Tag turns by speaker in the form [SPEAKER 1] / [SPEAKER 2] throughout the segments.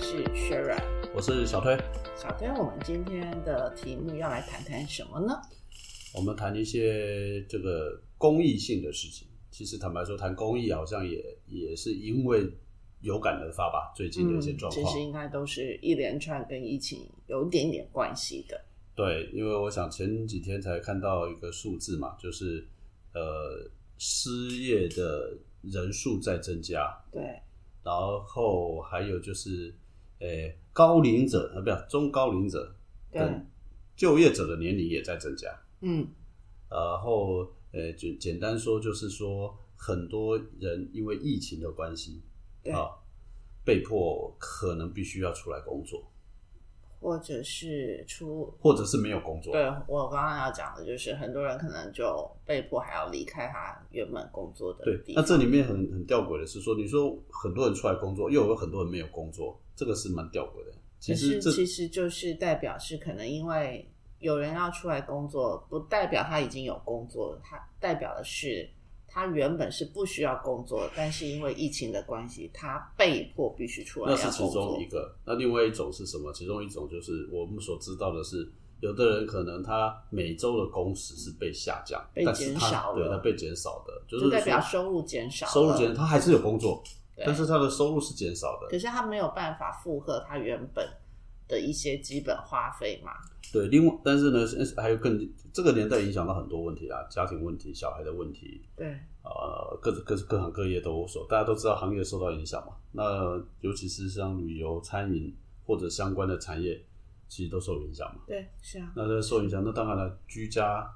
[SPEAKER 1] 是雪软，
[SPEAKER 2] 我是小推，
[SPEAKER 1] 小推。我们今天的题目要来谈谈什么呢？
[SPEAKER 2] 我们谈一些这个公益性的事情。其实坦白说，谈公益好像也也是因为有感而发吧，最近的一些状
[SPEAKER 1] 嗯其
[SPEAKER 2] 况。
[SPEAKER 1] 实应该都是一连串跟疫情有点点关系的。
[SPEAKER 2] 对，因为我想前几天才看到一个数字嘛，就是呃失业的人数在增加，
[SPEAKER 1] 对，
[SPEAKER 2] 然后还有就是诶高龄者啊，不要中高龄者
[SPEAKER 1] 对，
[SPEAKER 2] 跟就业者的年龄也在增加。
[SPEAKER 1] 嗯，
[SPEAKER 2] 然后呃，简简单说就是说，很多人因为疫情的关系
[SPEAKER 1] 对，
[SPEAKER 2] 啊，被迫可能必须要出来工作，
[SPEAKER 1] 或者是出。
[SPEAKER 2] 或者是没有工作。
[SPEAKER 1] 对我刚刚要讲的就是，很多人可能就被迫还要离开他原本工作的
[SPEAKER 2] 对
[SPEAKER 1] 地
[SPEAKER 2] 那
[SPEAKER 1] 方。
[SPEAKER 2] 这里面很很吊诡的是说，你说很多人出来工作，又有很多人没有工作，这个是蛮吊诡的。其实
[SPEAKER 1] 可
[SPEAKER 2] 这
[SPEAKER 1] 是其实就是代表是可能因为有人要出来工作，不代表他已经有工作，他代表的是他原本是不需要工作，但是因为疫情的关系，他被迫必须出来
[SPEAKER 2] 那
[SPEAKER 1] 要
[SPEAKER 2] 是
[SPEAKER 1] 工
[SPEAKER 2] 其中
[SPEAKER 1] 作
[SPEAKER 2] 一。个。那另外一种是什么？其中一种就是我们所知道的是，有的人可能他每周的工时是被下降，
[SPEAKER 1] 被
[SPEAKER 2] 但是
[SPEAKER 1] 减
[SPEAKER 2] 他
[SPEAKER 1] 少了
[SPEAKER 2] 对他被减少的，就是
[SPEAKER 1] 就代表
[SPEAKER 2] 说
[SPEAKER 1] 收入减少了，
[SPEAKER 2] 收入减，他还是有工作，
[SPEAKER 1] 对
[SPEAKER 2] 但是他的收入是减少
[SPEAKER 1] 可
[SPEAKER 2] 的。
[SPEAKER 1] 是他没有办法负荷他原本的一些基本花费嘛？
[SPEAKER 2] 对，另外，但是呢，是还有更这个年代影响到很多问题啊，家庭问题、小孩的问题，
[SPEAKER 1] 对，
[SPEAKER 2] 呃，各各各行各业都所，大家都知道行业受到影响嘛。那尤其是像旅游、餐饮或者相关的产业，其实都受影响嘛。
[SPEAKER 1] 对，是啊，
[SPEAKER 2] 那这受影响，那当然了，居家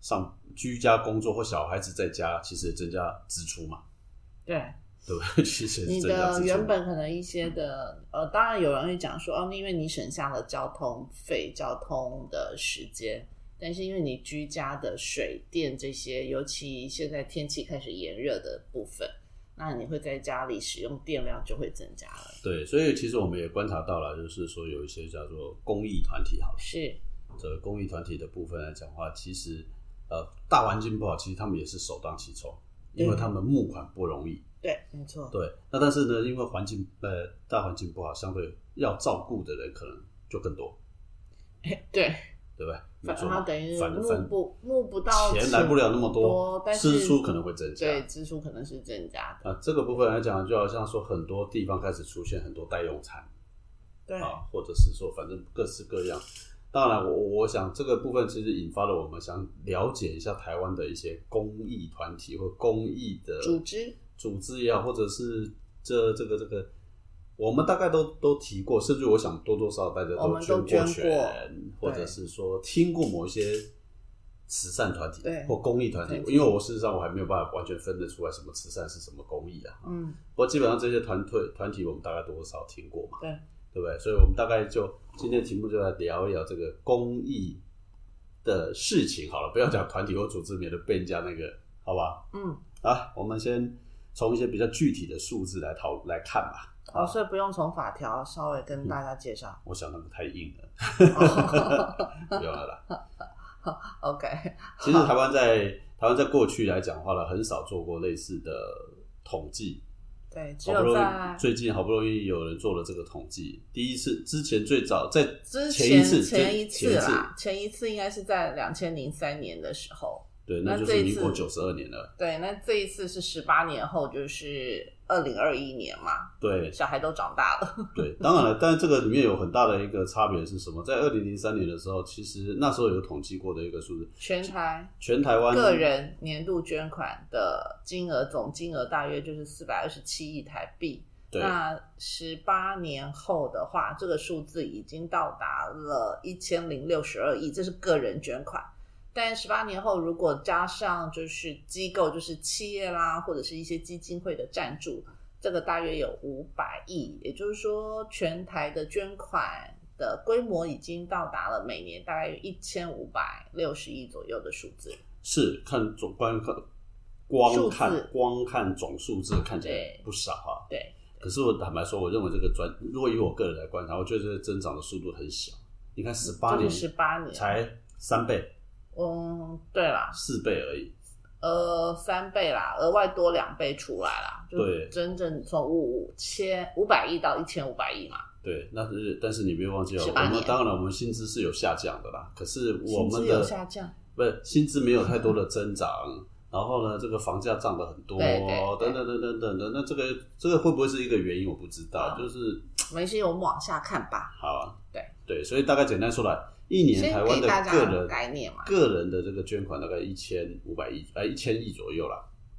[SPEAKER 2] 上居家工作或小孩子在家，其实也增加支出嘛，
[SPEAKER 1] 对。
[SPEAKER 2] 对不对？ 其实也
[SPEAKER 1] 你
[SPEAKER 2] 是增嗯加支
[SPEAKER 1] 的
[SPEAKER 2] 出。
[SPEAKER 1] 原本可能一些的，呃，当然有人会讲说，哦，因为你省下了交通费、交通的时间，但是因为你居家的水电这些，尤其现在天气开始炎热的部分，那你会在家里使用电量就会增加了。
[SPEAKER 2] 对，所以其实我们也观察到了，就是说有一些叫做公益团体好了，
[SPEAKER 1] 是，
[SPEAKER 2] 这个公益团体的部分来讲的话，其实呃大环境不好，其实他们也是首当其冲，因为他们募款不容易。
[SPEAKER 1] 对，没错，
[SPEAKER 2] 对，那但是呢，因为环境呃大环境不好，相对要照顾的人可能就更多，
[SPEAKER 1] 对，
[SPEAKER 2] 对不对？
[SPEAKER 1] 反
[SPEAKER 2] 你说
[SPEAKER 1] 正
[SPEAKER 2] 嘛
[SPEAKER 1] 他等于
[SPEAKER 2] 反
[SPEAKER 1] 募
[SPEAKER 2] 反
[SPEAKER 1] 不募不到
[SPEAKER 2] 钱来不了那么
[SPEAKER 1] 多，但是
[SPEAKER 2] 支出可能会增加。
[SPEAKER 1] 对，支出可能是增加的，
[SPEAKER 2] 啊，这个部分来讲，就好像说很多地方开始出现很多代用餐
[SPEAKER 1] 对，
[SPEAKER 2] 啊，或者是说反正各式各样。当然我，我我想这个部分其实引发了我们想了解一下台湾的一些公益团体或公益的
[SPEAKER 1] 组织，
[SPEAKER 2] 组织也好，或者是这这个这个，我们大概都都提过，甚至我想多多少少大家
[SPEAKER 1] 我们都捐
[SPEAKER 2] 捐
[SPEAKER 1] 过
[SPEAKER 2] 钱，或者是说听过某一些慈善团体
[SPEAKER 1] 对
[SPEAKER 2] 或公益团体
[SPEAKER 1] 对，对
[SPEAKER 2] 因为我事实上我还没有办法完全分得出来什么慈善是什么公益啊。
[SPEAKER 1] 嗯，
[SPEAKER 2] 不过基本上这些团队团体我们大概多多少少听过嘛，
[SPEAKER 1] 对，
[SPEAKER 2] 对不对？所以我们大概就今天的题目就来聊一聊这个公益的事情好了，不要讲团体或组织，免得被人家那个，好吧？
[SPEAKER 1] 嗯，
[SPEAKER 2] 啊，我们先从一些比较具体的数字来讨来看吧。
[SPEAKER 1] 哦，所以不用从法条稍微跟大家介绍。
[SPEAKER 2] 我想那个太硬 了，
[SPEAKER 1] 哦
[SPEAKER 2] 不要了啦。
[SPEAKER 1] OK，
[SPEAKER 2] 其实台湾在台湾在过去来讲的话呢，很少做过类似的统计，
[SPEAKER 1] 对，只
[SPEAKER 2] 好不
[SPEAKER 1] 有
[SPEAKER 2] 容
[SPEAKER 1] 在
[SPEAKER 2] 易最近好不容易有人做了这个统计，第一次之前最早在
[SPEAKER 1] 之
[SPEAKER 2] 前一次
[SPEAKER 1] 前
[SPEAKER 2] 前
[SPEAKER 1] 一
[SPEAKER 2] 前
[SPEAKER 1] 次
[SPEAKER 2] 一
[SPEAKER 1] 啦，前一次应该是在两千零三年的时候。
[SPEAKER 2] 对，
[SPEAKER 1] 那
[SPEAKER 2] 那就
[SPEAKER 1] 这
[SPEAKER 2] 是
[SPEAKER 1] 一
[SPEAKER 2] 民国
[SPEAKER 1] 次
[SPEAKER 2] 九十二年了。
[SPEAKER 1] 对，那这一次是十八年后，就是二零二一年嘛，
[SPEAKER 2] 对
[SPEAKER 1] 小孩都长大了。
[SPEAKER 2] 对，当然了，但是这个里面有很大的一个差别是什么？在二零零三年的时候，其实那时候有统计过的一个数字，
[SPEAKER 1] 全台
[SPEAKER 2] 全台湾
[SPEAKER 1] 个人年度捐款的金额总金额大约就是四百二十七亿台币。
[SPEAKER 2] 对
[SPEAKER 1] 那十八年后的话，这个数字已经到达了一千零六十二亿，这是个人捐款。但十八年后，如果加上就是机构，就是企业啦，或者是一些基金会的赞助，这个大约有五百亿。也就是说，全台的捐款的规模已经到达了每年大概一千五百六十亿左右的数字。
[SPEAKER 2] 是看总观看，光
[SPEAKER 1] 数
[SPEAKER 2] 看
[SPEAKER 1] 字
[SPEAKER 2] 光看总数字看起来
[SPEAKER 1] 对
[SPEAKER 2] 不少啊。
[SPEAKER 1] 对，
[SPEAKER 2] 可是我坦白说，我认为这个专，如果以我个人来观察，我觉得这个增长的速度很小。你看，十八年
[SPEAKER 1] 十八年
[SPEAKER 2] 才三倍、
[SPEAKER 1] 嗯，对啦，
[SPEAKER 2] 四倍而已。
[SPEAKER 1] 呃三倍啦，额外多两倍出来啦，就
[SPEAKER 2] 对
[SPEAKER 1] 真正从五千五百亿到一千五百亿嘛，
[SPEAKER 2] 对，那是但是你别忘记了，哦
[SPEAKER 1] 18
[SPEAKER 2] 我们
[SPEAKER 1] 年
[SPEAKER 2] 当然我们薪资是有下降的啦，可是我
[SPEAKER 1] 薪
[SPEAKER 2] 们
[SPEAKER 1] 资
[SPEAKER 2] 的
[SPEAKER 1] 有下降，
[SPEAKER 2] 不是薪资没有太多的增长，然后呢，这个房价涨得很多，
[SPEAKER 1] 对对对
[SPEAKER 2] 等等等等等等，那这个这个会不会是一个原因？我不知道，
[SPEAKER 1] 嗯
[SPEAKER 2] 就是
[SPEAKER 1] 没事，我们往下看吧，
[SPEAKER 2] 好啊，
[SPEAKER 1] 对
[SPEAKER 2] 对，所以大概简单说来，一年台
[SPEAKER 1] 先
[SPEAKER 2] 湾
[SPEAKER 1] 给
[SPEAKER 2] 的
[SPEAKER 1] 大家
[SPEAKER 2] 个
[SPEAKER 1] 个
[SPEAKER 2] 人
[SPEAKER 1] 概念嘛，
[SPEAKER 2] 个人的这个捐款大概一千五百亿，哎，一千亿左右啦，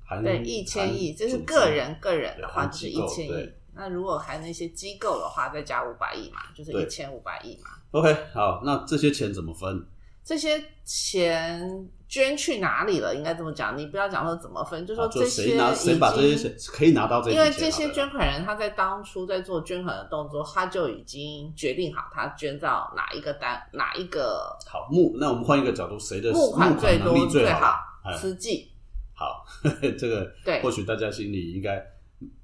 [SPEAKER 2] 含
[SPEAKER 1] 对，一千亿，
[SPEAKER 2] 嗯含
[SPEAKER 1] 这是
[SPEAKER 2] 组织
[SPEAKER 1] 个人个人
[SPEAKER 2] 对
[SPEAKER 1] 的话
[SPEAKER 2] 含
[SPEAKER 1] 就是
[SPEAKER 2] 机构
[SPEAKER 1] 一千亿
[SPEAKER 2] 对，
[SPEAKER 1] 那如果还有那些机构的话，再加五百亿嘛，就是
[SPEAKER 2] 对
[SPEAKER 1] 一千五百亿嘛。
[SPEAKER 2] OK，好，那这些钱怎么分？
[SPEAKER 1] 这些钱捐去哪里了？应该这么讲，你不要讲说怎么分，就
[SPEAKER 2] 就
[SPEAKER 1] 说
[SPEAKER 2] 啊就
[SPEAKER 1] 这
[SPEAKER 2] 谁
[SPEAKER 1] 些
[SPEAKER 2] 拿谁把这
[SPEAKER 1] 已
[SPEAKER 2] 些
[SPEAKER 1] 经
[SPEAKER 2] 钱可以拿到这些
[SPEAKER 1] 因
[SPEAKER 2] 钱
[SPEAKER 1] 为
[SPEAKER 2] 好的啦，
[SPEAKER 1] 这些捐款人他在当初在做捐款的动作，他就已经决定好他捐到哪一个单哪一个
[SPEAKER 2] 好募，那我们换一个角度，谁的
[SPEAKER 1] 募款最
[SPEAKER 2] 能力
[SPEAKER 1] 多
[SPEAKER 2] 最
[SPEAKER 1] 好
[SPEAKER 2] 哎，
[SPEAKER 1] 慈济，
[SPEAKER 2] 好， 这个
[SPEAKER 1] 对
[SPEAKER 2] 或许大家心里应该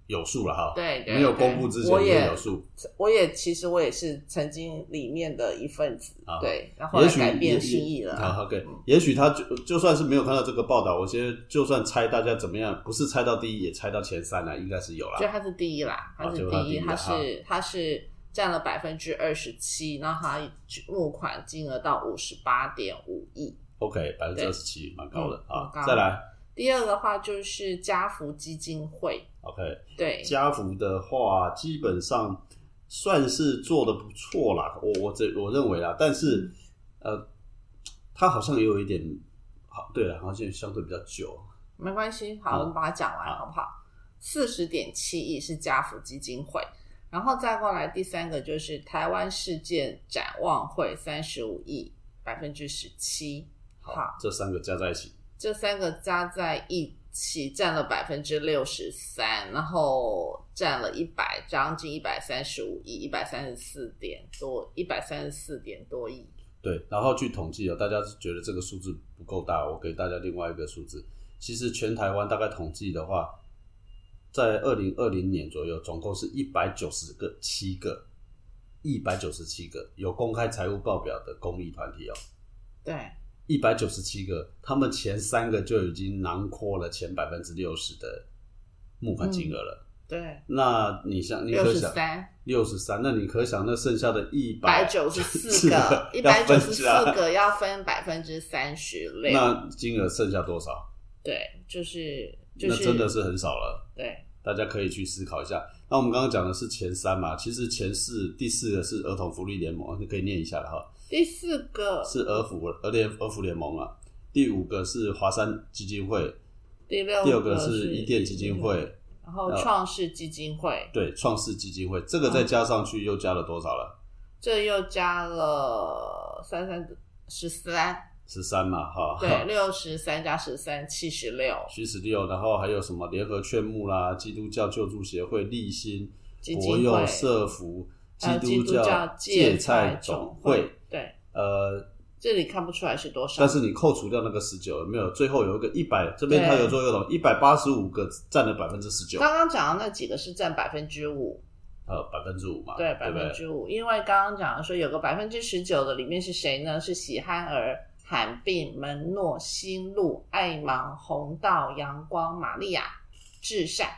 [SPEAKER 2] 有数了哈。
[SPEAKER 1] 对对
[SPEAKER 2] 没有公布之前
[SPEAKER 1] 对我
[SPEAKER 2] 应该
[SPEAKER 1] 也
[SPEAKER 2] 有数，
[SPEAKER 1] 我也其实我也是曾经里面的一份子
[SPEAKER 2] 啊，
[SPEAKER 1] 对，然后后
[SPEAKER 2] 也
[SPEAKER 1] 来
[SPEAKER 2] 许
[SPEAKER 1] 改变
[SPEAKER 2] 也
[SPEAKER 1] 心意
[SPEAKER 2] 也好
[SPEAKER 1] 了，
[SPEAKER 2] ，OK，
[SPEAKER 1] 嗯
[SPEAKER 2] 也许他就就算是没有看到这个报道，我觉得就算猜大家怎么样，不是猜到第一，也猜到前三啊了，应该是有
[SPEAKER 1] 就
[SPEAKER 2] 啦。
[SPEAKER 1] 他是第一啦，
[SPEAKER 2] 啊
[SPEAKER 1] 他是
[SPEAKER 2] 就
[SPEAKER 1] 第一，
[SPEAKER 2] 他第一
[SPEAKER 1] 他是他是占了百分之二十七，然后他募款金额到五十八点五亿。
[SPEAKER 2] OK，百分之
[SPEAKER 1] 对
[SPEAKER 2] 二十七，蛮高的
[SPEAKER 1] 嗯
[SPEAKER 2] 啊
[SPEAKER 1] 蛮。高
[SPEAKER 2] 再来
[SPEAKER 1] 第二个话就是家福基金会，
[SPEAKER 2] ，OK，
[SPEAKER 1] 对，
[SPEAKER 2] 家福的话，基本上算是做的不错啦，我我这我认为啦，但是
[SPEAKER 1] 嗯
[SPEAKER 2] 呃，它好像也有一点好，对了，好像相对比较久，
[SPEAKER 1] 没关系，好，
[SPEAKER 2] 嗯
[SPEAKER 1] 我们把它讲完，
[SPEAKER 2] 好
[SPEAKER 1] 好不好？四十点七亿是家福基金会，然后再过来第三个就是台湾世界展望会三十五亿，百分之十七。好，
[SPEAKER 2] 这三个加在一起，
[SPEAKER 1] 这三个加在一起占了百分之六十三，然后占了一百，将近一百三十五亿，一百三十四点多，一百三十四点多亿。
[SPEAKER 2] 对，然后去统计啊，大家是觉得这个数字不够大，我给大家另外一个数字，其实全台湾大概统计的话，在二零二零年左右，总共是一百九十个七个。一百九十七个有公开财务报表的公益团体哦，
[SPEAKER 1] 对，
[SPEAKER 2] 一百九十七个，他们前三个就已经囊括了前百分之六十的募款金额了。
[SPEAKER 1] 对，
[SPEAKER 2] 那你想，你
[SPEAKER 1] 嗯六
[SPEAKER 2] 啊可
[SPEAKER 1] 十
[SPEAKER 2] 想
[SPEAKER 1] 三。
[SPEAKER 2] 六十三，那你可想那剩下的一
[SPEAKER 1] 百
[SPEAKER 2] 百啊
[SPEAKER 1] 九十 四个， 一百九十四，个要分百分之三十
[SPEAKER 2] 要分
[SPEAKER 1] 六，
[SPEAKER 2] 那金额剩下多少？
[SPEAKER 1] 对，就是就
[SPEAKER 2] 那
[SPEAKER 1] 是
[SPEAKER 2] 真的是很少了。
[SPEAKER 1] 对
[SPEAKER 2] 大家可以去思考一下。那我们刚刚讲的是前三嘛，其实前四第四个是儿童福利联盟，你可以念一下了哈，
[SPEAKER 1] 第四个
[SPEAKER 2] 是儿福儿联儿福联盟啊。第五个是华山基金会，
[SPEAKER 1] 第六
[SPEAKER 2] 第二个是伊甸基金会，，啊
[SPEAKER 1] 然后创世基金会，
[SPEAKER 2] 对，创世基金会，这个再加上去又加了多少了？
[SPEAKER 1] 这又加了三三十三，
[SPEAKER 2] 十三嘛，哈，
[SPEAKER 1] 对，六十三加十三七十六，
[SPEAKER 2] 七十六，然后还有什么联合劝募啦、基督教救助协会、立新、
[SPEAKER 1] 基
[SPEAKER 2] 国
[SPEAKER 1] 金
[SPEAKER 2] 佑
[SPEAKER 1] 会、
[SPEAKER 2] 社福、
[SPEAKER 1] 还有
[SPEAKER 2] 督
[SPEAKER 1] 督教
[SPEAKER 2] 芥
[SPEAKER 1] 菜
[SPEAKER 2] 菜总
[SPEAKER 1] 会
[SPEAKER 2] 会，，
[SPEAKER 1] 对，
[SPEAKER 2] 呃，
[SPEAKER 1] 这里看不出来是多少，
[SPEAKER 2] 但是你扣除掉那个十九，有没有？最后有一个一百，这边
[SPEAKER 1] 对
[SPEAKER 2] 它有做一个一百八十五个，占了百分之十九，
[SPEAKER 1] 刚刚讲的那几个是占百分之五，
[SPEAKER 2] 呃，百分之五嘛，
[SPEAKER 1] 对，
[SPEAKER 2] 对
[SPEAKER 1] 百
[SPEAKER 2] 不
[SPEAKER 1] 分
[SPEAKER 2] 对？
[SPEAKER 1] 之五，因为刚刚讲的说有个百分之十九的里面是谁呢？是喜憨儿、罕病、门诺、新路、爱芒、红道、阳光、玛利亚、至善，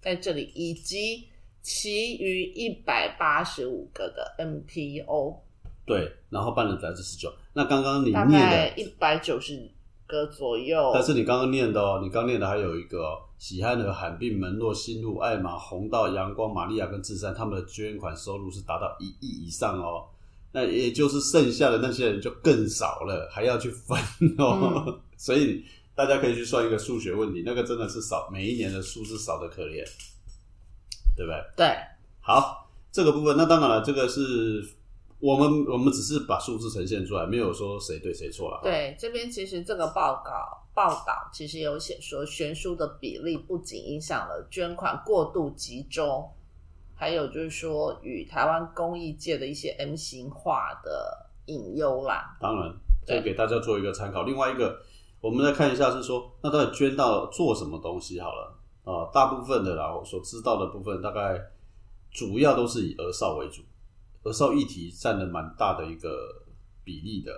[SPEAKER 1] 在这里以及其余一百八十五个的 NPO，
[SPEAKER 2] 对，然后办了百分之十九。那刚刚你
[SPEAKER 1] 大
[SPEAKER 2] 念的
[SPEAKER 1] 概一百九十个左右。
[SPEAKER 2] 但是你刚刚念的哦，你刚念的还有一个哦，喜憨和罕病门诺、新路、爱玛、红道、阳光、玛利亚跟智善，他们的捐款收入是达到一亿以上哦。那也就是剩下的那些人就更少了，还要去分哦。
[SPEAKER 1] 嗯
[SPEAKER 2] 所以大家可以去算一个数学问题，那个真的是少，每一年的数字少的可怜，对不对？
[SPEAKER 1] 对
[SPEAKER 2] 好，这个部分，那当然了，这个是我们我们只是把数字呈现出来，没有说谁对谁错了。
[SPEAKER 1] 对，这边其实这个报告报道其实有写说，悬殊的比例不仅影响了捐款过度集中，还有就是说与台湾公益界的一些 M 型化的隐忧啦。
[SPEAKER 2] 当然，
[SPEAKER 1] 对
[SPEAKER 2] 这给大家做一个参考。另外一个，我们再看一下是说，那到底捐到做什么东西好了啊、大部分的啦，我所知道的部分，大概主要都是以儿少为主，儿少议题占了蛮大的一个比例的。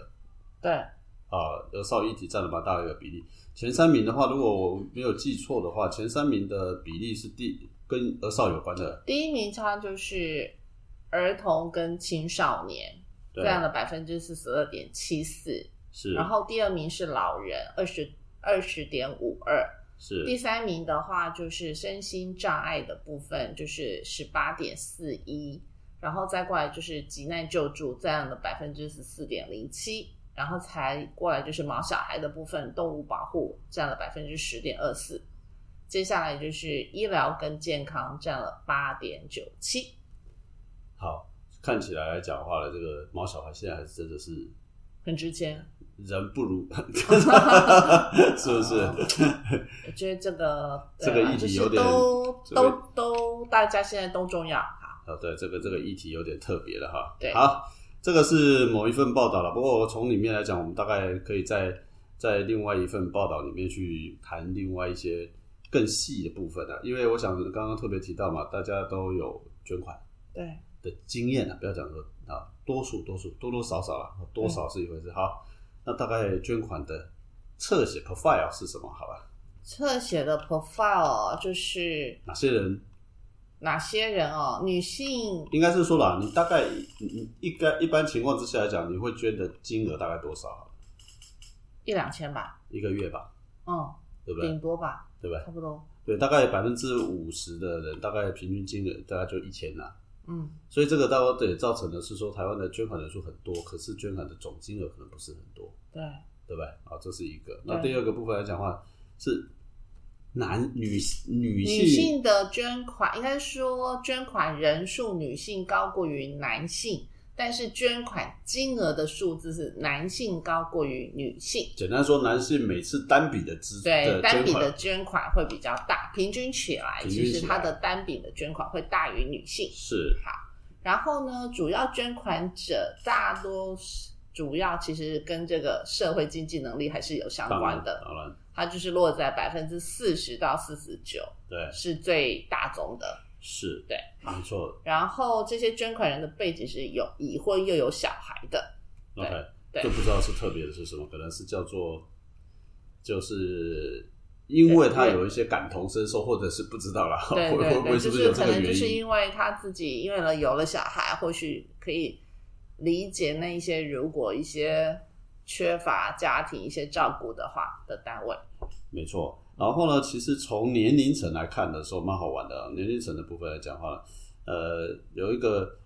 [SPEAKER 1] 对，
[SPEAKER 2] 啊，儿少议题占了蛮大的一个比例。前三名的话，如果我没有记错的话，前三名的比例是第跟儿少有关的，
[SPEAKER 1] 第一名它就是儿童跟青少年，
[SPEAKER 2] 对，啊
[SPEAKER 1] 占了百分之四十二点七四，
[SPEAKER 2] 是，
[SPEAKER 1] 啊然后第二名是老人，二十二十点五二，第
[SPEAKER 2] 是
[SPEAKER 1] 三名的话就是身心障碍的部分，就是十八点四一，然后再过来就是急难救助占了百分之十四点零七，然后才过来就是毛小孩的部分，动物保护占了百分之十点二四，接下来就是医疗跟健康占了八点九七，
[SPEAKER 2] 好，看起来来讲的话呢，这个毛小孩现在还是真的是
[SPEAKER 1] 很值钱。
[SPEAKER 2] 人不如，是 不是？
[SPEAKER 1] 我觉得这个
[SPEAKER 2] 这个
[SPEAKER 1] 对啊
[SPEAKER 2] 议题
[SPEAKER 1] 就是
[SPEAKER 2] 有点
[SPEAKER 1] 都
[SPEAKER 2] 这个
[SPEAKER 1] 都都大家现在都重要哈，
[SPEAKER 2] 啊，对，这个这个议题有点特别了哈。
[SPEAKER 1] 对
[SPEAKER 2] 好，这个是某一份报道了，不过从里面来讲，我们大概可以在在另外一份报道里面去谈另外一些更细的部分啊，因为我想刚刚特别提到嘛，大家都有捐款
[SPEAKER 1] 对
[SPEAKER 2] 的经验啊，不要讲说啊，多数多数多多少少啦，多少是一回事。好，那大概捐款的侧写 profile 是什么？好吧，
[SPEAKER 1] 侧写的 profile 就是
[SPEAKER 2] 哪些人
[SPEAKER 1] 哪些人哦？女性
[SPEAKER 2] 应该是说啦，你大概你你应该一般情况之下来讲，你会捐的金额大概多少啊？
[SPEAKER 1] 一两千吧，
[SPEAKER 2] 一个月吧，
[SPEAKER 1] 嗯，
[SPEAKER 2] 对不对？
[SPEAKER 1] 顶多吧，
[SPEAKER 2] 对不对？
[SPEAKER 1] 差不多，
[SPEAKER 2] 对，大概百分之五十的人，大概平均金额大概就一千啦。
[SPEAKER 1] 嗯，
[SPEAKER 2] 所以这个到对造成的是说，台湾的捐款人数很多，可是捐款的总金额可能不是很多，
[SPEAKER 1] 对，
[SPEAKER 2] 对不对？啊，这是一个。那
[SPEAKER 1] 对
[SPEAKER 2] 第二个部分来讲的话，是男女女性
[SPEAKER 1] 女性的捐款应该说捐款人数女性高过于男性，但是捐款金额的数字是男性高过于女性，
[SPEAKER 2] 简单说，男性每次单笔的支
[SPEAKER 1] 对，
[SPEAKER 2] 的
[SPEAKER 1] 单
[SPEAKER 2] 捐
[SPEAKER 1] 笔的
[SPEAKER 2] 款
[SPEAKER 1] 捐款会比较大，平均起来
[SPEAKER 2] 平均
[SPEAKER 1] 其
[SPEAKER 2] 起来
[SPEAKER 1] 实它的单笔的捐款会大于女性。
[SPEAKER 2] 是
[SPEAKER 1] 然后呢，主要捐款者大多是主要其实跟这个社会经济能力还是有相
[SPEAKER 2] 当
[SPEAKER 1] 关
[SPEAKER 2] 然
[SPEAKER 1] 的，
[SPEAKER 2] 当然
[SPEAKER 1] 它就是落在百分之四十到四十九
[SPEAKER 2] 对
[SPEAKER 1] 是最大宗的。
[SPEAKER 2] 是，
[SPEAKER 1] 对，
[SPEAKER 2] 没错。
[SPEAKER 1] 然后这些捐款人的背景是有已婚又有小孩的，对
[SPEAKER 2] OK，
[SPEAKER 1] 对
[SPEAKER 2] 就不知道是特别的是什么，可能是叫做，就是因为他有一些感同身受，或者是不知道啦，
[SPEAKER 1] 对
[SPEAKER 2] 会会
[SPEAKER 1] 对
[SPEAKER 2] 不会
[SPEAKER 1] 对，
[SPEAKER 2] 是
[SPEAKER 1] 就
[SPEAKER 2] 不是有这
[SPEAKER 1] 可
[SPEAKER 2] 个
[SPEAKER 1] 能就
[SPEAKER 2] 原
[SPEAKER 1] 是
[SPEAKER 2] 因？
[SPEAKER 1] 因为他自己因为了有了小孩，或许可以理解那一些如果一些缺乏家庭一些照顾的话的单位，
[SPEAKER 2] 没错。然后呢，其实从年龄层来看的时候，蛮好玩的啊、年龄层的部分来讲的话，呃，有一个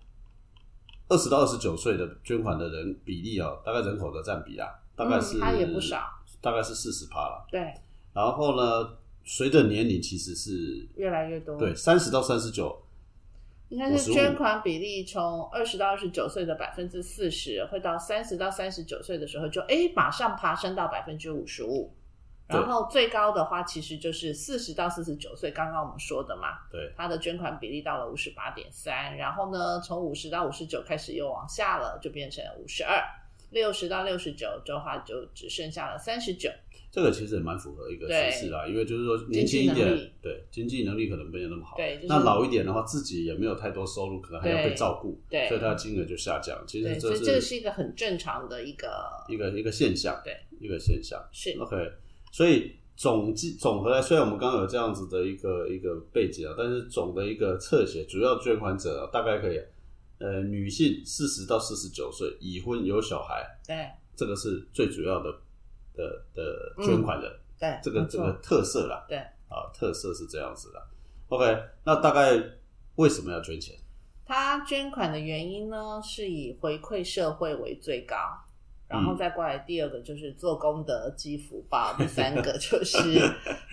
[SPEAKER 2] 二十到二十九岁的捐款的人比例哦，大概人口的占比啊，大概是、
[SPEAKER 1] 嗯他也不少，
[SPEAKER 2] 大概是四十趴了。
[SPEAKER 1] 对，
[SPEAKER 2] 然后呢，随着年龄其实是
[SPEAKER 1] 越来越多，
[SPEAKER 2] 对，三十到三十九
[SPEAKER 1] 应该是
[SPEAKER 2] 55
[SPEAKER 1] 捐款比例从二十到二十九岁的百分之四十，会到三十到三十九岁的时候就哎马上爬升到百分之五十五，
[SPEAKER 2] 对
[SPEAKER 1] 然后最高的话其实就是四十到四十九岁，刚刚我们说的嘛，
[SPEAKER 2] 对。
[SPEAKER 1] 它的捐款比例到了五十八点三，然后呢从五十到五十九开始又往下了，就变成五十二。六十到六十九的话，就只剩下了三十九。
[SPEAKER 2] 这个其实也蛮符合一个
[SPEAKER 1] 对
[SPEAKER 2] 趋势啊啦，因为就是说年轻
[SPEAKER 1] 经
[SPEAKER 2] 一
[SPEAKER 1] 济能
[SPEAKER 2] 点
[SPEAKER 1] 力，
[SPEAKER 2] 对经济能力可能没有那么好。
[SPEAKER 1] 对就是
[SPEAKER 2] 那老一点的话，自己也没有太多收入，可能还要被照顾，
[SPEAKER 1] 对对
[SPEAKER 2] 所以他的金额就下降。其
[SPEAKER 1] 对，
[SPEAKER 2] 实
[SPEAKER 1] 所以这
[SPEAKER 2] 这
[SPEAKER 1] 个是一个很正常的一个
[SPEAKER 2] 一个一个现象，
[SPEAKER 1] 对，
[SPEAKER 2] 一个现象。
[SPEAKER 1] 是
[SPEAKER 2] OK，所以总计总和来，虽然我们刚刚有这样子的一个一个背景啊，但是总的一个侧写，主要捐款者、啊、大概可以，呃，女性四十到四十九岁，已婚有小孩，
[SPEAKER 1] 对
[SPEAKER 2] 这个是最主要的的的
[SPEAKER 1] 嗯
[SPEAKER 2] 捐款人。
[SPEAKER 1] 对，
[SPEAKER 2] 这个
[SPEAKER 1] 没
[SPEAKER 2] 这
[SPEAKER 1] 错
[SPEAKER 2] 个特色啦，
[SPEAKER 1] 对
[SPEAKER 2] 啊，特色是这样子的。OK，那大概为什么要捐钱？
[SPEAKER 1] 他捐款的原因呢，是以回馈社会为最高，然
[SPEAKER 2] 嗯
[SPEAKER 1] 后再过来第二个就是做功德、积福 报，第三个就是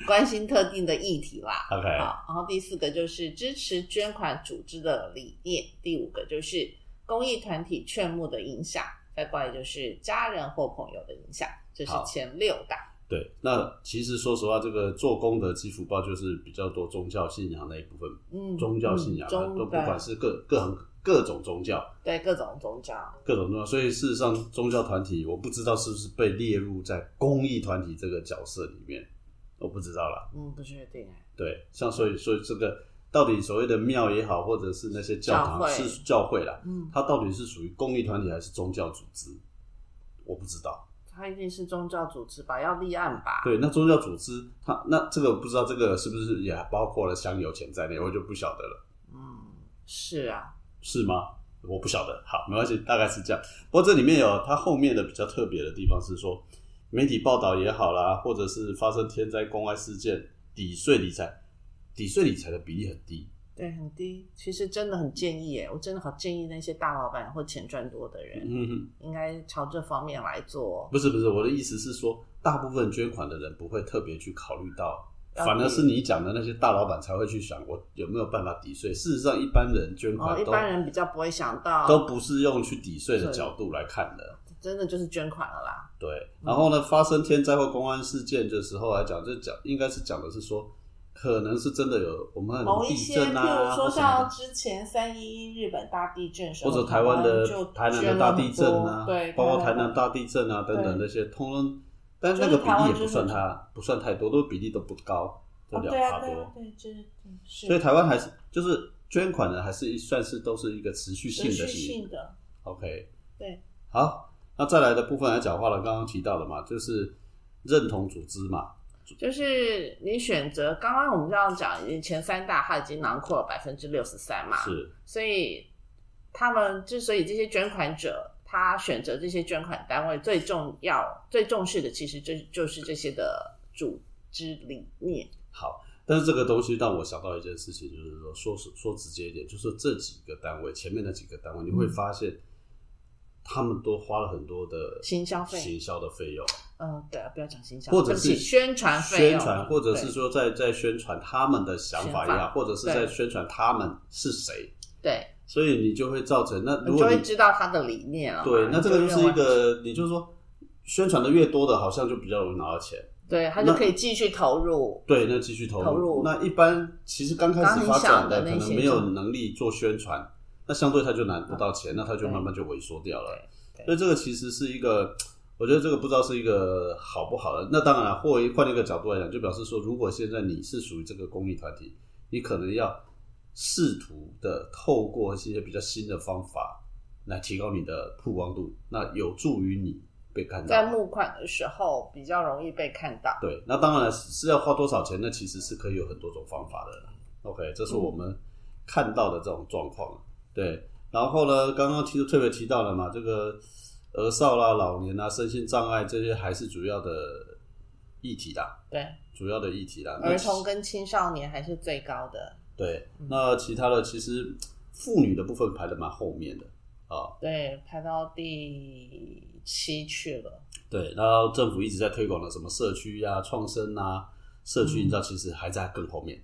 [SPEAKER 1] 关心特定的议题啦。
[SPEAKER 2] OK
[SPEAKER 1] 好，然后第四个就是支持捐款组织的理念，第五个就是公益团体劝募的影响，再过来就是家人或朋友的影响，这是
[SPEAKER 2] 好
[SPEAKER 1] 前六大。
[SPEAKER 2] 对，那其实说实话，这个做功德积福报就是比较多宗教信仰那一部分，
[SPEAKER 1] 嗯，
[SPEAKER 2] 宗教信仰、
[SPEAKER 1] 嗯
[SPEAKER 2] 啊
[SPEAKER 1] 宗
[SPEAKER 2] 都不管是各各行各种宗教，
[SPEAKER 1] 对对各种宗教，
[SPEAKER 2] 各种宗教。所以事实上，宗教团体我不知道是不是被列入在公益团体这个角色里面，我不知道啦。
[SPEAKER 1] 嗯，不确定哎。
[SPEAKER 2] 对，像所以所以这个到底所谓的庙也好，或者是那些教堂
[SPEAKER 1] 教会
[SPEAKER 2] 是教会啦，
[SPEAKER 1] 嗯，
[SPEAKER 2] 它到底是属于公益团体还是宗教组织，我不知道。
[SPEAKER 1] 他一定是宗教组织吧，要立案吧？
[SPEAKER 2] 对，那宗教组织，它那这个不知道这个是不是也包括了香油钱在内，我就不晓得了，
[SPEAKER 1] 嗯，是啊，
[SPEAKER 2] 是吗？我不晓得，好，没关系，大概是这样。不过这里面有它后面的比较特别的地方是说，媒体报道也好啦，或者是发生天灾公害事件，抵税理财，抵税理财的比例很低，
[SPEAKER 1] 对，很低。其实真的很建议耶，我真的好建议那些大老板或钱赚多的人，
[SPEAKER 2] 嗯哼。
[SPEAKER 1] 应该朝这方面来做。
[SPEAKER 2] 不是不是，我的意思是说，大部分捐款的人不会特别去考虑到，
[SPEAKER 1] 要
[SPEAKER 2] 反而是你讲的那些大老板才会去想我有没有办法抵税。事实上，一般人捐
[SPEAKER 1] 哦，
[SPEAKER 2] 款
[SPEAKER 1] 一
[SPEAKER 2] 都、
[SPEAKER 1] 般人哦比较不会想到，
[SPEAKER 2] 都不是用去抵税的角度来看的。
[SPEAKER 1] 真的就是捐款了啦。
[SPEAKER 2] 对，然后呢，发生天灾或公安事件的时候来讲，就讲应该是讲的是说，可能是真的有我们很
[SPEAKER 1] 某一
[SPEAKER 2] 地
[SPEAKER 1] 些，
[SPEAKER 2] 震
[SPEAKER 1] 譬
[SPEAKER 2] 啊，
[SPEAKER 1] 如
[SPEAKER 2] 或
[SPEAKER 1] 说
[SPEAKER 2] 什么
[SPEAKER 1] 像
[SPEAKER 2] 的
[SPEAKER 1] 之前三一一日本大地震的时候，
[SPEAKER 2] 或者台湾的
[SPEAKER 1] 就
[SPEAKER 2] 台南
[SPEAKER 1] 捐
[SPEAKER 2] 的
[SPEAKER 1] 了
[SPEAKER 2] 大地震
[SPEAKER 1] 很
[SPEAKER 2] 啊，
[SPEAKER 1] 多对，
[SPEAKER 2] 包括台南大地震啊等等
[SPEAKER 1] 对
[SPEAKER 2] 那些，通通，但是那个比例也不
[SPEAKER 1] 就是
[SPEAKER 2] 算
[SPEAKER 1] 台
[SPEAKER 2] 它不算太多，都比例都不高，就
[SPEAKER 1] 哦
[SPEAKER 2] 两
[SPEAKER 1] 对啊
[SPEAKER 2] 趴
[SPEAKER 1] 对啊
[SPEAKER 2] 多，
[SPEAKER 1] 对，这嗯是
[SPEAKER 2] 所以台湾还是就是捐款呢，还是算是都是一个持续性
[SPEAKER 1] 持
[SPEAKER 2] 的
[SPEAKER 1] 续
[SPEAKER 2] 行
[SPEAKER 1] 性的，
[SPEAKER 2] OK，
[SPEAKER 1] 对，
[SPEAKER 2] 好，那再来的部分来讲话了，刚刚提到的嘛，就是认同组织嘛，
[SPEAKER 1] 就是你选择刚刚我们这样讲，以前三大它已经囊括了百分之六十三嘛，
[SPEAKER 2] 是
[SPEAKER 1] 所以他们之所以这些捐款者，他选择这些捐款单位，最重要、最重视的，其实就就是这些的组织理念。
[SPEAKER 2] 好。但是这个东西让我想到一件事情，就是说说说直接一点，就是这几个单位前面的几个单位，你会发现他们都花了很多的
[SPEAKER 1] 行销费
[SPEAKER 2] 行销的费用，
[SPEAKER 1] 嗯，对啊，不要讲形象，
[SPEAKER 2] 或者
[SPEAKER 1] 对
[SPEAKER 2] 是
[SPEAKER 1] 不起宣传费
[SPEAKER 2] 宣
[SPEAKER 1] 用，
[SPEAKER 2] 传，或者是
[SPEAKER 1] 对
[SPEAKER 2] 说在在宣传他们的想法也
[SPEAKER 1] 想
[SPEAKER 2] 好，或者是
[SPEAKER 1] 对
[SPEAKER 2] 在宣传他们是谁，
[SPEAKER 1] 对，
[SPEAKER 2] 所以你就会造成那
[SPEAKER 1] 你
[SPEAKER 2] 如
[SPEAKER 1] 就
[SPEAKER 2] 果
[SPEAKER 1] 会
[SPEAKER 2] 你
[SPEAKER 1] 知道他的理念了嘛。
[SPEAKER 2] 对，那这个
[SPEAKER 1] 你
[SPEAKER 2] 就是
[SPEAKER 1] 认为
[SPEAKER 2] 一个，你就是说宣传的越多的，好像就比较容易拿到钱。
[SPEAKER 1] 对，他就可以继续投入。
[SPEAKER 2] 对，那继续投入。
[SPEAKER 1] 投入
[SPEAKER 2] 那一般其实刚开
[SPEAKER 1] 刚
[SPEAKER 2] 始
[SPEAKER 1] 你
[SPEAKER 2] 发展
[SPEAKER 1] 想的
[SPEAKER 2] 可
[SPEAKER 1] 那
[SPEAKER 2] 能
[SPEAKER 1] 些
[SPEAKER 2] 没有
[SPEAKER 1] 就
[SPEAKER 2] 能力做宣传，那相对他就拿不到钱，那他就慢慢就萎缩掉了。
[SPEAKER 1] 对对
[SPEAKER 2] 所以这个其实是一个，我觉得这个不知道是一个好不好的。那当然了，或换一个角度来讲，就表示说，如果现在你是属于这个公益团体，你可能要试图的透过一些比较新的方法来提高你的曝光度，那有助于你被看到。
[SPEAKER 1] 在募款的时候比较容易被看到，
[SPEAKER 2] 对，那当然了是是要花多少钱，那其实是可以有很多种方法的啦。OK，这是我
[SPEAKER 1] 嗯
[SPEAKER 2] 们看到的这种状况。对，然后呢，刚刚提特别提到了嘛，这个儿少啦、老年啊、身心障碍这些还是主要的议题啦，
[SPEAKER 1] 对，
[SPEAKER 2] 主要的议题啦。那
[SPEAKER 1] 儿童跟嗯青少年还是最高的，
[SPEAKER 2] 对，那其他的其实妇女的部分排的蛮后面的啊。
[SPEAKER 1] 对，排到第七去了，
[SPEAKER 2] 对，然后政府一直在推广的什么社区呀、创生啊、社区营造，其实还在更后面。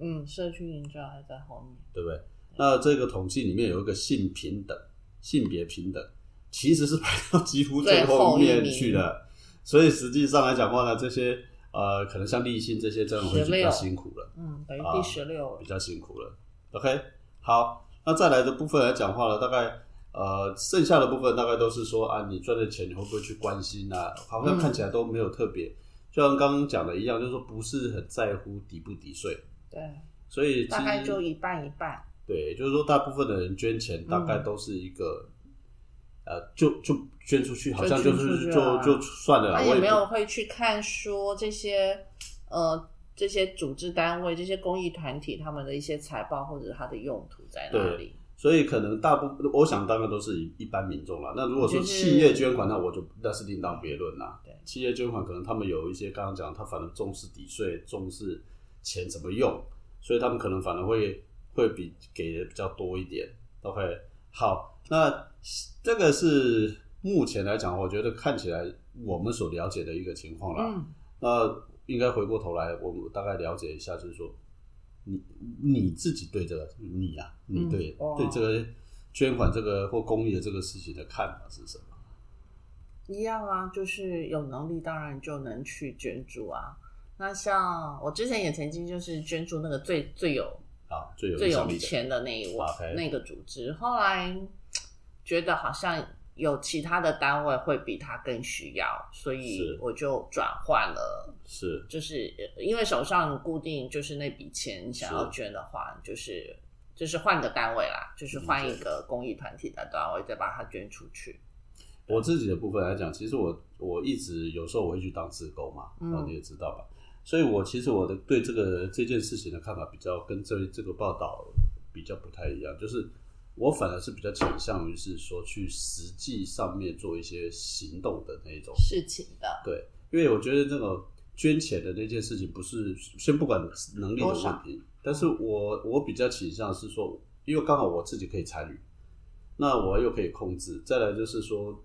[SPEAKER 1] 嗯，社区营造还在后面，
[SPEAKER 2] 对不对？那这个统计里面有一个性平等、性别平等，其实是排到几乎最后面去的。所以实际上来讲的话呢，这些呃，可能像立信这些这样会比较
[SPEAKER 1] 16
[SPEAKER 2] 辛苦了，
[SPEAKER 1] 嗯，等于
[SPEAKER 2] 啊
[SPEAKER 1] 第十六
[SPEAKER 2] 比，较辛苦了。OK，好，那再来的部分来讲话呢，大概呃，剩下的部分大概都是说啊，你赚的钱你会不会去关心啊？好
[SPEAKER 1] 嗯
[SPEAKER 2] 像看起来都没有特别，就像刚刚讲的一样，就是说不是很在乎抵不抵税，
[SPEAKER 1] 对，
[SPEAKER 2] 所以其实
[SPEAKER 1] 大概就一半一半，
[SPEAKER 2] 对，就是说大部分的人捐钱，大
[SPEAKER 1] 嗯
[SPEAKER 2] 概都是一个，呃，就就捐出去，好像就
[SPEAKER 1] 捐出
[SPEAKER 2] 是
[SPEAKER 1] 去
[SPEAKER 2] 就
[SPEAKER 1] 了
[SPEAKER 2] 就算了啦，
[SPEAKER 1] 他
[SPEAKER 2] 啊我
[SPEAKER 1] 也
[SPEAKER 2] 也
[SPEAKER 1] 没
[SPEAKER 2] 不
[SPEAKER 1] 有会去看说这些呃这些组织单位、这些公益团体他们的一些财报或者它的用途在哪
[SPEAKER 2] 对
[SPEAKER 1] 里。
[SPEAKER 2] 所以可能大部，我想当然都是一一般民众啦。那如果说
[SPEAKER 1] 就是
[SPEAKER 2] 企业捐款，那我就那是另当别论啦
[SPEAKER 1] 对。
[SPEAKER 2] 企业捐款可能他们有一些刚刚讲，他反而重视抵税，重视钱怎么用，所以他们可能反而会会比给的比较多一点。OK，好，那这个是目前来讲，我觉得看起来我们所了解的一个情况啦。
[SPEAKER 1] 嗯，
[SPEAKER 2] 那应该回过头来，我们大概了解一下，就是说，你你自己对这个你啊，你对、
[SPEAKER 1] 哦
[SPEAKER 2] 对这个捐款这个或公益的这个事情的看法是什么？
[SPEAKER 1] 一样啊，就是有能力当然就能去捐助啊。那像我之前也曾经就是捐助那个最最有
[SPEAKER 2] 啊，最有
[SPEAKER 1] 最
[SPEAKER 2] 影
[SPEAKER 1] 有
[SPEAKER 2] 响力的，
[SPEAKER 1] 钱的那一位
[SPEAKER 2] OK
[SPEAKER 1] 那个组织，后来觉得好像有其他的单位会比他更需要，所以
[SPEAKER 2] 是
[SPEAKER 1] 我就转换了。
[SPEAKER 2] 是
[SPEAKER 1] 就是呃因为手上固定就是那笔钱，你想要
[SPEAKER 2] 是
[SPEAKER 1] 捐的话，就是就是换个单位啦，就是换一个公益团体的单位，再把它捐出去。
[SPEAKER 2] 我自己的部分来讲，其实我我一直有时候我会去当志工嘛，
[SPEAKER 1] 嗯
[SPEAKER 2] 哦，你也知道吧。所以我其实我的对这个这件事情的看法比较跟这这个报道比较不太一样，就是我反而是比较倾向于是说去实际上面做一些行动的那一种
[SPEAKER 1] 事情的，
[SPEAKER 2] 对，因为我觉得这种捐钱的那件事情，不是先不管能力的
[SPEAKER 1] 多少
[SPEAKER 2] 问题，但是我我比较倾向是说，因为刚好我自己可以参与，那我又可以控制。再来就是说，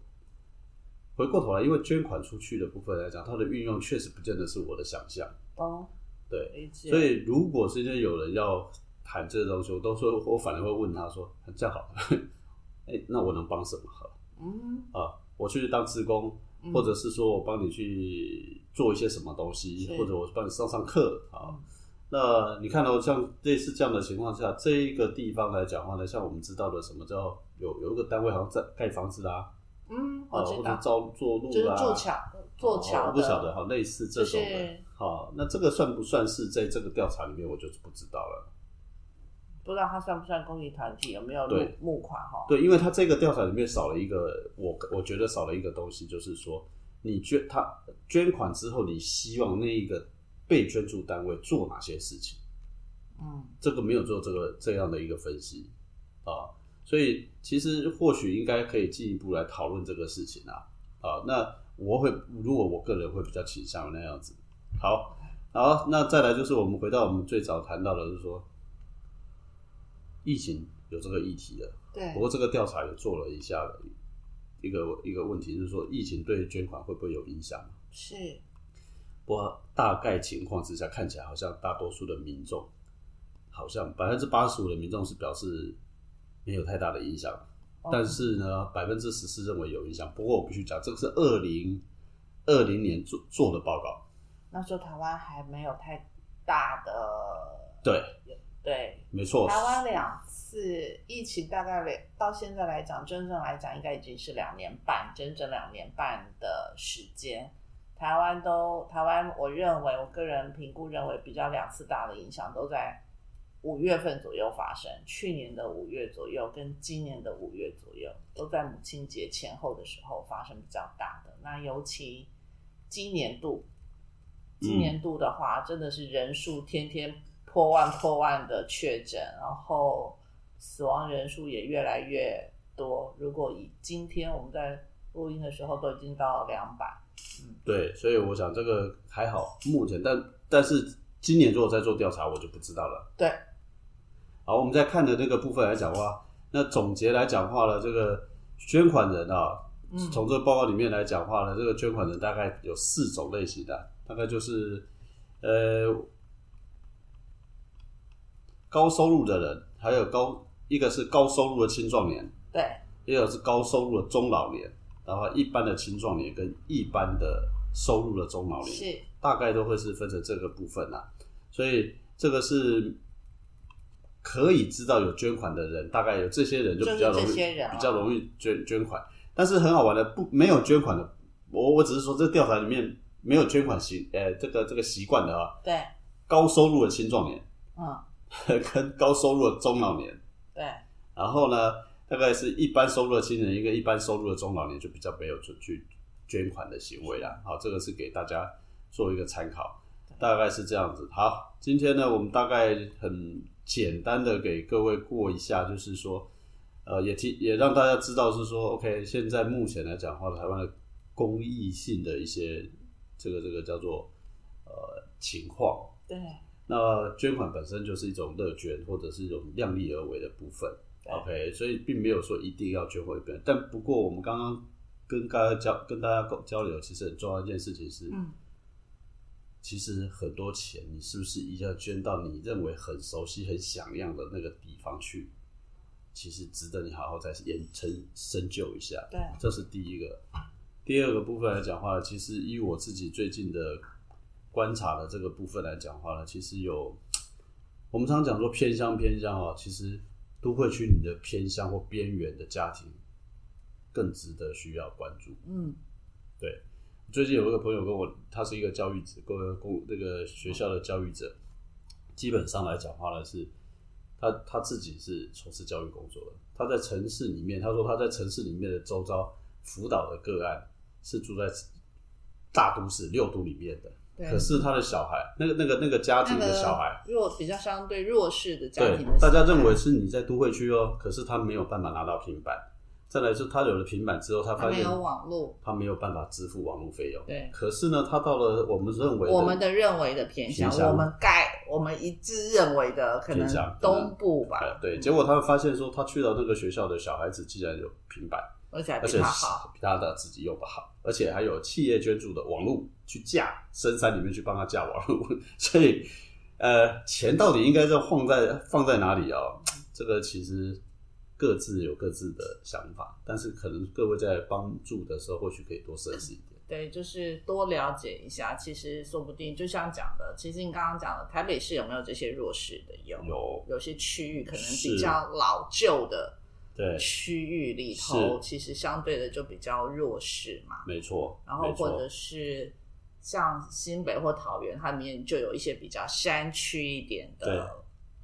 [SPEAKER 2] 回过头来，因为捐款出去的部分来讲，它的运用确实不见得是我的想象，
[SPEAKER 1] 哦，
[SPEAKER 2] 对。
[SPEAKER 1] 理解。
[SPEAKER 2] 所以如果今天有人要谈这个东西，我都说我反而会问他说，这样好了， 哎、那我能帮什么？好了
[SPEAKER 1] 嗯，
[SPEAKER 2] 啊，我去当志工，
[SPEAKER 1] 嗯
[SPEAKER 2] 或者是说我帮你去做一些什么东西，
[SPEAKER 1] 是
[SPEAKER 2] 或者我帮你上上课啊
[SPEAKER 1] 嗯。
[SPEAKER 2] 那你看到、哦像类似这样的情况下，这一个地方来讲话呢，像我们知道的什么叫有有一个单位好像在盖房子啦、
[SPEAKER 1] 嗯，
[SPEAKER 2] 啊，
[SPEAKER 1] 我
[SPEAKER 2] 或
[SPEAKER 1] 知
[SPEAKER 2] 者
[SPEAKER 1] 道，
[SPEAKER 2] 造做路啊
[SPEAKER 1] 就是
[SPEAKER 2] 啦、
[SPEAKER 1] 做桥做
[SPEAKER 2] 哦
[SPEAKER 1] 桥
[SPEAKER 2] 我不晓得哈，类似这种
[SPEAKER 1] 就
[SPEAKER 2] 的
[SPEAKER 1] 是。
[SPEAKER 2] 好、那这个算不算是在这个调查里面，我就是不知道了。
[SPEAKER 1] 不知道它算不算公益团体，有没有
[SPEAKER 2] 对
[SPEAKER 1] 募募款哈？
[SPEAKER 2] 对，因为他这个调查里面少了一个，我我觉得少了一个东西，就是说你捐他捐款之后，你希望那一个被捐助单位做哪些事情，
[SPEAKER 1] 嗯，
[SPEAKER 2] 这个没有做这个这样的一个分析啊，所以其实或许应该可以进一步来讨论这个事情啊啊，那我会如果我个人会比较倾向于那样子，好。好，那再来就是我们回到我们最早谈到的，就是说疫情有这个议题了，
[SPEAKER 1] 对
[SPEAKER 2] 不，过这个调查也做了一下的一个一个问题，就是说疫情对捐款会不会有影响？
[SPEAKER 1] 是
[SPEAKER 2] 不过大概情况之下，看起来好像大多数的民众，好像百分之八十五的民众是表示没有太大的影响，
[SPEAKER 1] 哦
[SPEAKER 2] 但是呢，百分之十四认为有影响。不过我必须讲，这个是二零二零年做做的报告，
[SPEAKER 1] 那时候台湾还没有太大的
[SPEAKER 2] 对，
[SPEAKER 1] 对，
[SPEAKER 2] 没错，
[SPEAKER 1] 台湾两次疫情大概两到现在来讲，真正来讲应该已经是两年半，整整两年半的时间。台湾都台湾，我认为我个人评估认为比较两次大的影响都在五月份左右发生，去年的五月左右跟今年的五月左右都在母亲节前后的时候发生比较大的。那尤其今年度，
[SPEAKER 2] 嗯
[SPEAKER 1] 今年度的话，真的是人数天天破万破万的确诊，然后死亡人数也越来越多。如果以今天我们在录音的时候都已经到两百，
[SPEAKER 2] 对，所以我想这个还好，目前但但是今年如果再做调查，我就不知道了。
[SPEAKER 1] 对，
[SPEAKER 2] 好，我们再看的那个部分来讲话，那总结来讲话呢，这个捐款人啊，
[SPEAKER 1] 嗯
[SPEAKER 2] 从这个报告里面来讲话呢，这个捐款人大概有四种类型的，大概就是呃高收入的人，还有高一个是高收入的青壮年，
[SPEAKER 1] 对，
[SPEAKER 2] 也有是高收入的中老年，然后一般的青壮年跟一般的收入的中老年，
[SPEAKER 1] 是
[SPEAKER 2] 大概都会是分成这个部分啊。所以这个是可以知道有捐款的人，大概有这些人就比较容
[SPEAKER 1] 就是这
[SPEAKER 2] 易，
[SPEAKER 1] 些人啊
[SPEAKER 2] 比较容易捐捐款。但是很好玩的，不没有捐款的，我我只是说这调查里面没有捐款习，呃，这个这个习惯的啊，
[SPEAKER 1] 对，
[SPEAKER 2] 高收入的青壮年
[SPEAKER 1] 嗯，
[SPEAKER 2] 跟高收入的中老年，
[SPEAKER 1] 对，
[SPEAKER 2] 然后呢，大概是一般收入的青年，一个一般收入的中老年就比较没有出去捐款的行为啦。好，这个是给大家做一个参考，大概是这样子。好，今天呢，我们大概很简单的给各位过一下，就是说，呃，也提也让大家知道是说，OK，现在目前来讲的话，台湾的公益性的一些这个这个叫做呃情况。
[SPEAKER 1] 对，
[SPEAKER 2] 那捐款本身就是一种乐捐，或者是一种量力而为的部分。
[SPEAKER 1] 对
[SPEAKER 2] OK，所以并没有说一定要捐回别人，但不过我们刚刚跟大家交跟大家沟交流，其实很重要的一件事情是，
[SPEAKER 1] 嗯，
[SPEAKER 2] 其实很多钱你是不是一定要捐到你认为很熟悉、很想要的那个地方去？其实值得你好好再研深深究一下。
[SPEAKER 1] 对，
[SPEAKER 2] 这是第一个。第二个部分来讲话，其实以我自己最近的观察的这个部分来讲话呢，其实有我们常讲说偏乡偏乡哦，其实都会区你的偏乡或边缘的家庭更值得需要关注。
[SPEAKER 1] 嗯，
[SPEAKER 2] 最近有一个朋友跟我，他是一个教育者，公公那个学校的教育者，基本上来讲话呢是，他他自己是从事教育工作的，他在城市里面，他说他在城市里面的周遭辅导的个案是住在大都市六都里面的，
[SPEAKER 1] 对
[SPEAKER 2] 可是他的小孩，那个那个那个家庭的小孩，
[SPEAKER 1] 弱比较相对弱势的家
[SPEAKER 2] 对
[SPEAKER 1] 庭的，小
[SPEAKER 2] 大
[SPEAKER 1] 孩，
[SPEAKER 2] 家认为是你在都会区哦，可是他没有办法拿到平板。再来是他有了平板之后，他
[SPEAKER 1] 他
[SPEAKER 2] 发
[SPEAKER 1] 没
[SPEAKER 2] 现
[SPEAKER 1] 有网络，
[SPEAKER 2] 他没有办法支付网络费用。
[SPEAKER 1] 对
[SPEAKER 2] 可是呢，他到了我们认为
[SPEAKER 1] 我们的认为的偏向
[SPEAKER 2] 偏，向
[SPEAKER 1] 我们盖我们一致认为的可能
[SPEAKER 2] 偏向可能
[SPEAKER 1] 东部
[SPEAKER 2] 哎
[SPEAKER 1] 吧，
[SPEAKER 2] 对，结果他们发现说，他去到那个学校的小孩子竟然有平板，
[SPEAKER 1] 而且还
[SPEAKER 2] 而
[SPEAKER 1] 比
[SPEAKER 2] 且
[SPEAKER 1] 他好，
[SPEAKER 2] 比他的自己又不好，而且还有企业捐助的网络去架深山里面去帮他架网络， 所以呃，钱到底应该是放在放在哪里哦？这个其实各自有各自的想法，但是可能各位在帮助的时候，或许可以多设计一点。
[SPEAKER 1] 对，就是多了解一下，其实说不定就像讲的，其实你刚刚讲的，台北市有没有这些弱势的？有，
[SPEAKER 2] 有
[SPEAKER 1] 有些区域可能
[SPEAKER 2] 是
[SPEAKER 1] 比较老旧的
[SPEAKER 2] 对，
[SPEAKER 1] 区域里头，
[SPEAKER 2] 是
[SPEAKER 1] 其实相对的就比较弱势嘛。
[SPEAKER 2] 没错，
[SPEAKER 1] 然后
[SPEAKER 2] 没错
[SPEAKER 1] 或者是像新北或桃园，它里面就有一些比较山区一点的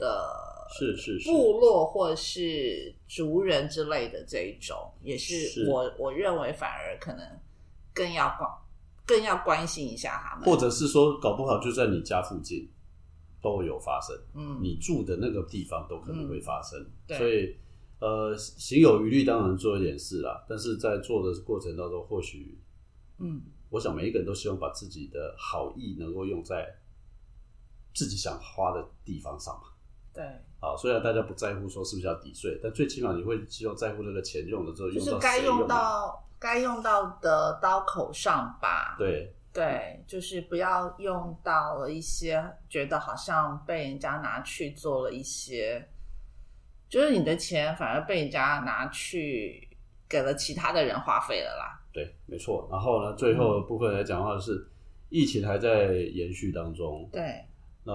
[SPEAKER 1] 的
[SPEAKER 2] 是是是，
[SPEAKER 1] 部落或是族人之类的这一种，也是
[SPEAKER 2] 是
[SPEAKER 1] 我我认为反而可能更要关更要关心一下他们，
[SPEAKER 2] 或者是说搞不好就在你家附近都有发生。
[SPEAKER 1] 嗯，
[SPEAKER 2] 你住的那个地方都可能会发生，
[SPEAKER 1] 对
[SPEAKER 2] 所以呃，行有余力当然做一点事啦，但是在做的过程当中，或许
[SPEAKER 1] 嗯
[SPEAKER 2] 我想每一个人都希望把自己的好意能够用在自己想花的地方上嘛。
[SPEAKER 1] 对，
[SPEAKER 2] 啊，虽然大家不在乎说是不是要抵税，但最起码你会希望在乎那个钱用了之后
[SPEAKER 1] 就
[SPEAKER 2] 用
[SPEAKER 1] 是
[SPEAKER 2] 到
[SPEAKER 1] 该
[SPEAKER 2] 谁
[SPEAKER 1] 用
[SPEAKER 2] 嘛
[SPEAKER 1] 到该用到的刀口上吧，
[SPEAKER 2] 对
[SPEAKER 1] 对，就是不要用到了一些觉得好像被人家拿去做了一些，就是你的钱反而被人家拿去给了其他的人花费了啦。
[SPEAKER 2] 对，没错。然后呢，最后的部分来讲的话是，疫情还在延续当中，
[SPEAKER 1] 对，
[SPEAKER 2] 那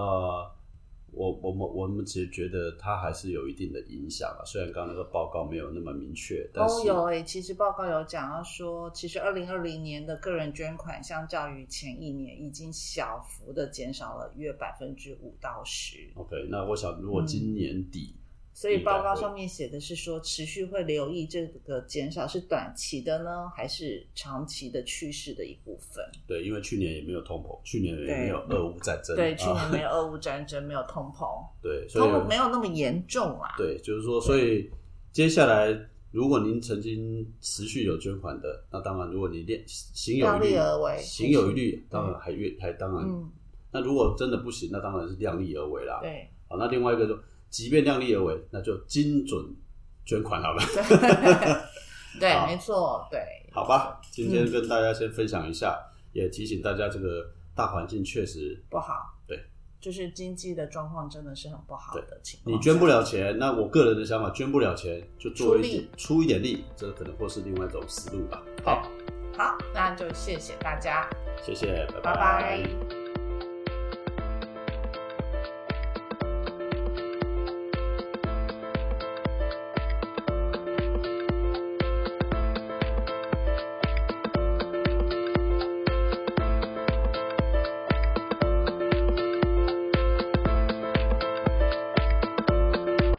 [SPEAKER 2] 我我们我们其实觉得它还是有一定的影响啊，虽然刚刚那个报告没有那么明确，但
[SPEAKER 1] 哦
[SPEAKER 2] 是
[SPEAKER 1] 有诶、其实报告有讲到说，其实二零二零年的个人捐款相较于前一年已经小幅的减少了约百分之五到十，
[SPEAKER 2] OK，那我想如果
[SPEAKER 1] 嗯
[SPEAKER 2] 今年底，
[SPEAKER 1] 所以报告
[SPEAKER 2] 应该会
[SPEAKER 1] 上面写的是说，持续会留意这个减少是短期的呢，还是长期的趋势的一部分？
[SPEAKER 2] 对，因为去年也没有通膨，去年也没有
[SPEAKER 1] 对
[SPEAKER 2] 俄乌战争，
[SPEAKER 1] 对，去
[SPEAKER 2] 啊
[SPEAKER 1] 年没有俄乌战争，没有通膨，
[SPEAKER 2] 对， 所
[SPEAKER 1] 通膨没
[SPEAKER 2] 以
[SPEAKER 1] 有那么严重啦。
[SPEAKER 2] 对，就是说，所以接下来。如果您曾经持续有捐款的，那当然，如果你练行有
[SPEAKER 1] 量
[SPEAKER 2] 余
[SPEAKER 1] 力
[SPEAKER 2] 力
[SPEAKER 1] 而为，
[SPEAKER 2] 行有余力，当然还越还当然。
[SPEAKER 1] 嗯，
[SPEAKER 2] 那如果真的不行，那当然是量力而为啦。
[SPEAKER 1] 对，
[SPEAKER 2] 好，那另外一个就，即便量力而为，那就精准捐款好了，
[SPEAKER 1] 对，
[SPEAKER 2] 好
[SPEAKER 1] 没错，对，
[SPEAKER 2] 好吧？
[SPEAKER 1] 嗯
[SPEAKER 2] 今天跟大家先分享一下，也提醒大家，这个大环境确实，
[SPEAKER 1] 不好，
[SPEAKER 2] 对，
[SPEAKER 1] 就是经济的状况真的是很不好的情况。
[SPEAKER 2] 你捐不，了钱，那我个人的想法，捐不了钱就做
[SPEAKER 1] 出
[SPEAKER 2] 一
[SPEAKER 1] 力
[SPEAKER 2] 点出一点力，这可能或是另外一种思路吧。好，
[SPEAKER 1] 好，那就谢谢大家，
[SPEAKER 2] 谢谢，
[SPEAKER 1] 拜
[SPEAKER 2] 拜
[SPEAKER 1] 拜